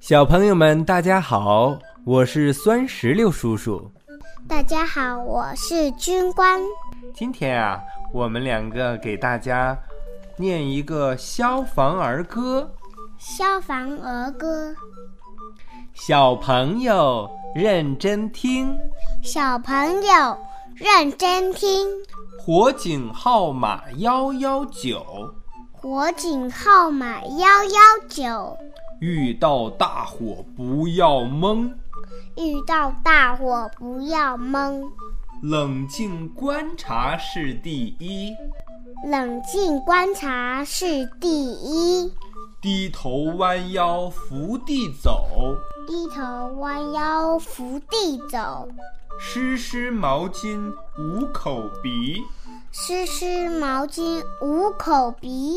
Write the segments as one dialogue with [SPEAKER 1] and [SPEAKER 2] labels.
[SPEAKER 1] 小朋友们，大家好，我是酸石榴叔叔。
[SPEAKER 2] 大家好，我是军官。
[SPEAKER 1] 今天啊，我们两个给大家念一个消防儿歌。
[SPEAKER 2] 消防儿歌，
[SPEAKER 1] 小朋友认真听，
[SPEAKER 2] 小朋友认真听。
[SPEAKER 1] 火警号码幺幺九，
[SPEAKER 2] 火警号码幺幺九，
[SPEAKER 1] 遇到大火不要懵，
[SPEAKER 2] 遇到大火不要懵，
[SPEAKER 1] 冷静观察是第一，
[SPEAKER 2] 冷静观察是第一。
[SPEAKER 1] 低头弯腰伏地走，
[SPEAKER 2] 低头弯腰伏地走，
[SPEAKER 1] 湿湿毛巾捂口鼻，
[SPEAKER 2] 湿湿毛巾捂口鼻。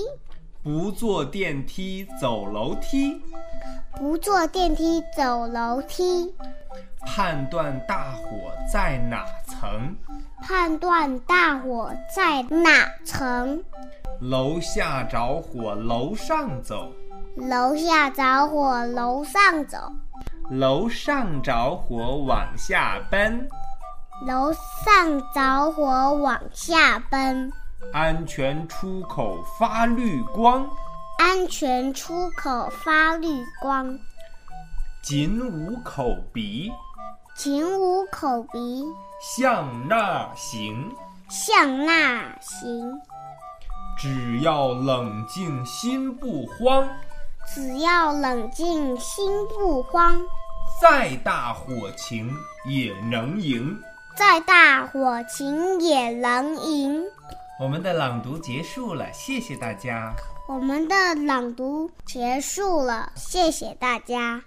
[SPEAKER 1] 不坐电梯走楼梯，
[SPEAKER 2] 不坐电梯走楼梯，
[SPEAKER 1] 判断大火在哪层，
[SPEAKER 2] 判断大火在哪层。
[SPEAKER 1] 楼下着火楼上走，
[SPEAKER 2] 楼下着火楼上走，
[SPEAKER 1] 楼上着火往下奔，
[SPEAKER 2] 楼上着火往下奔。
[SPEAKER 1] 安全出口发绿光，
[SPEAKER 2] 安全出口发绿光，
[SPEAKER 1] 紧捂口鼻，
[SPEAKER 2] 紧捂口鼻
[SPEAKER 1] 向那儿行。
[SPEAKER 2] 向那行。
[SPEAKER 1] 只要冷静心不慌，
[SPEAKER 2] 只要冷静心不慌，
[SPEAKER 1] 再大火情也能赢。
[SPEAKER 2] 再大火情也能赢。
[SPEAKER 1] 我们的朗读结束了，谢谢大家。
[SPEAKER 2] 我们的朗读结束了，谢谢大家。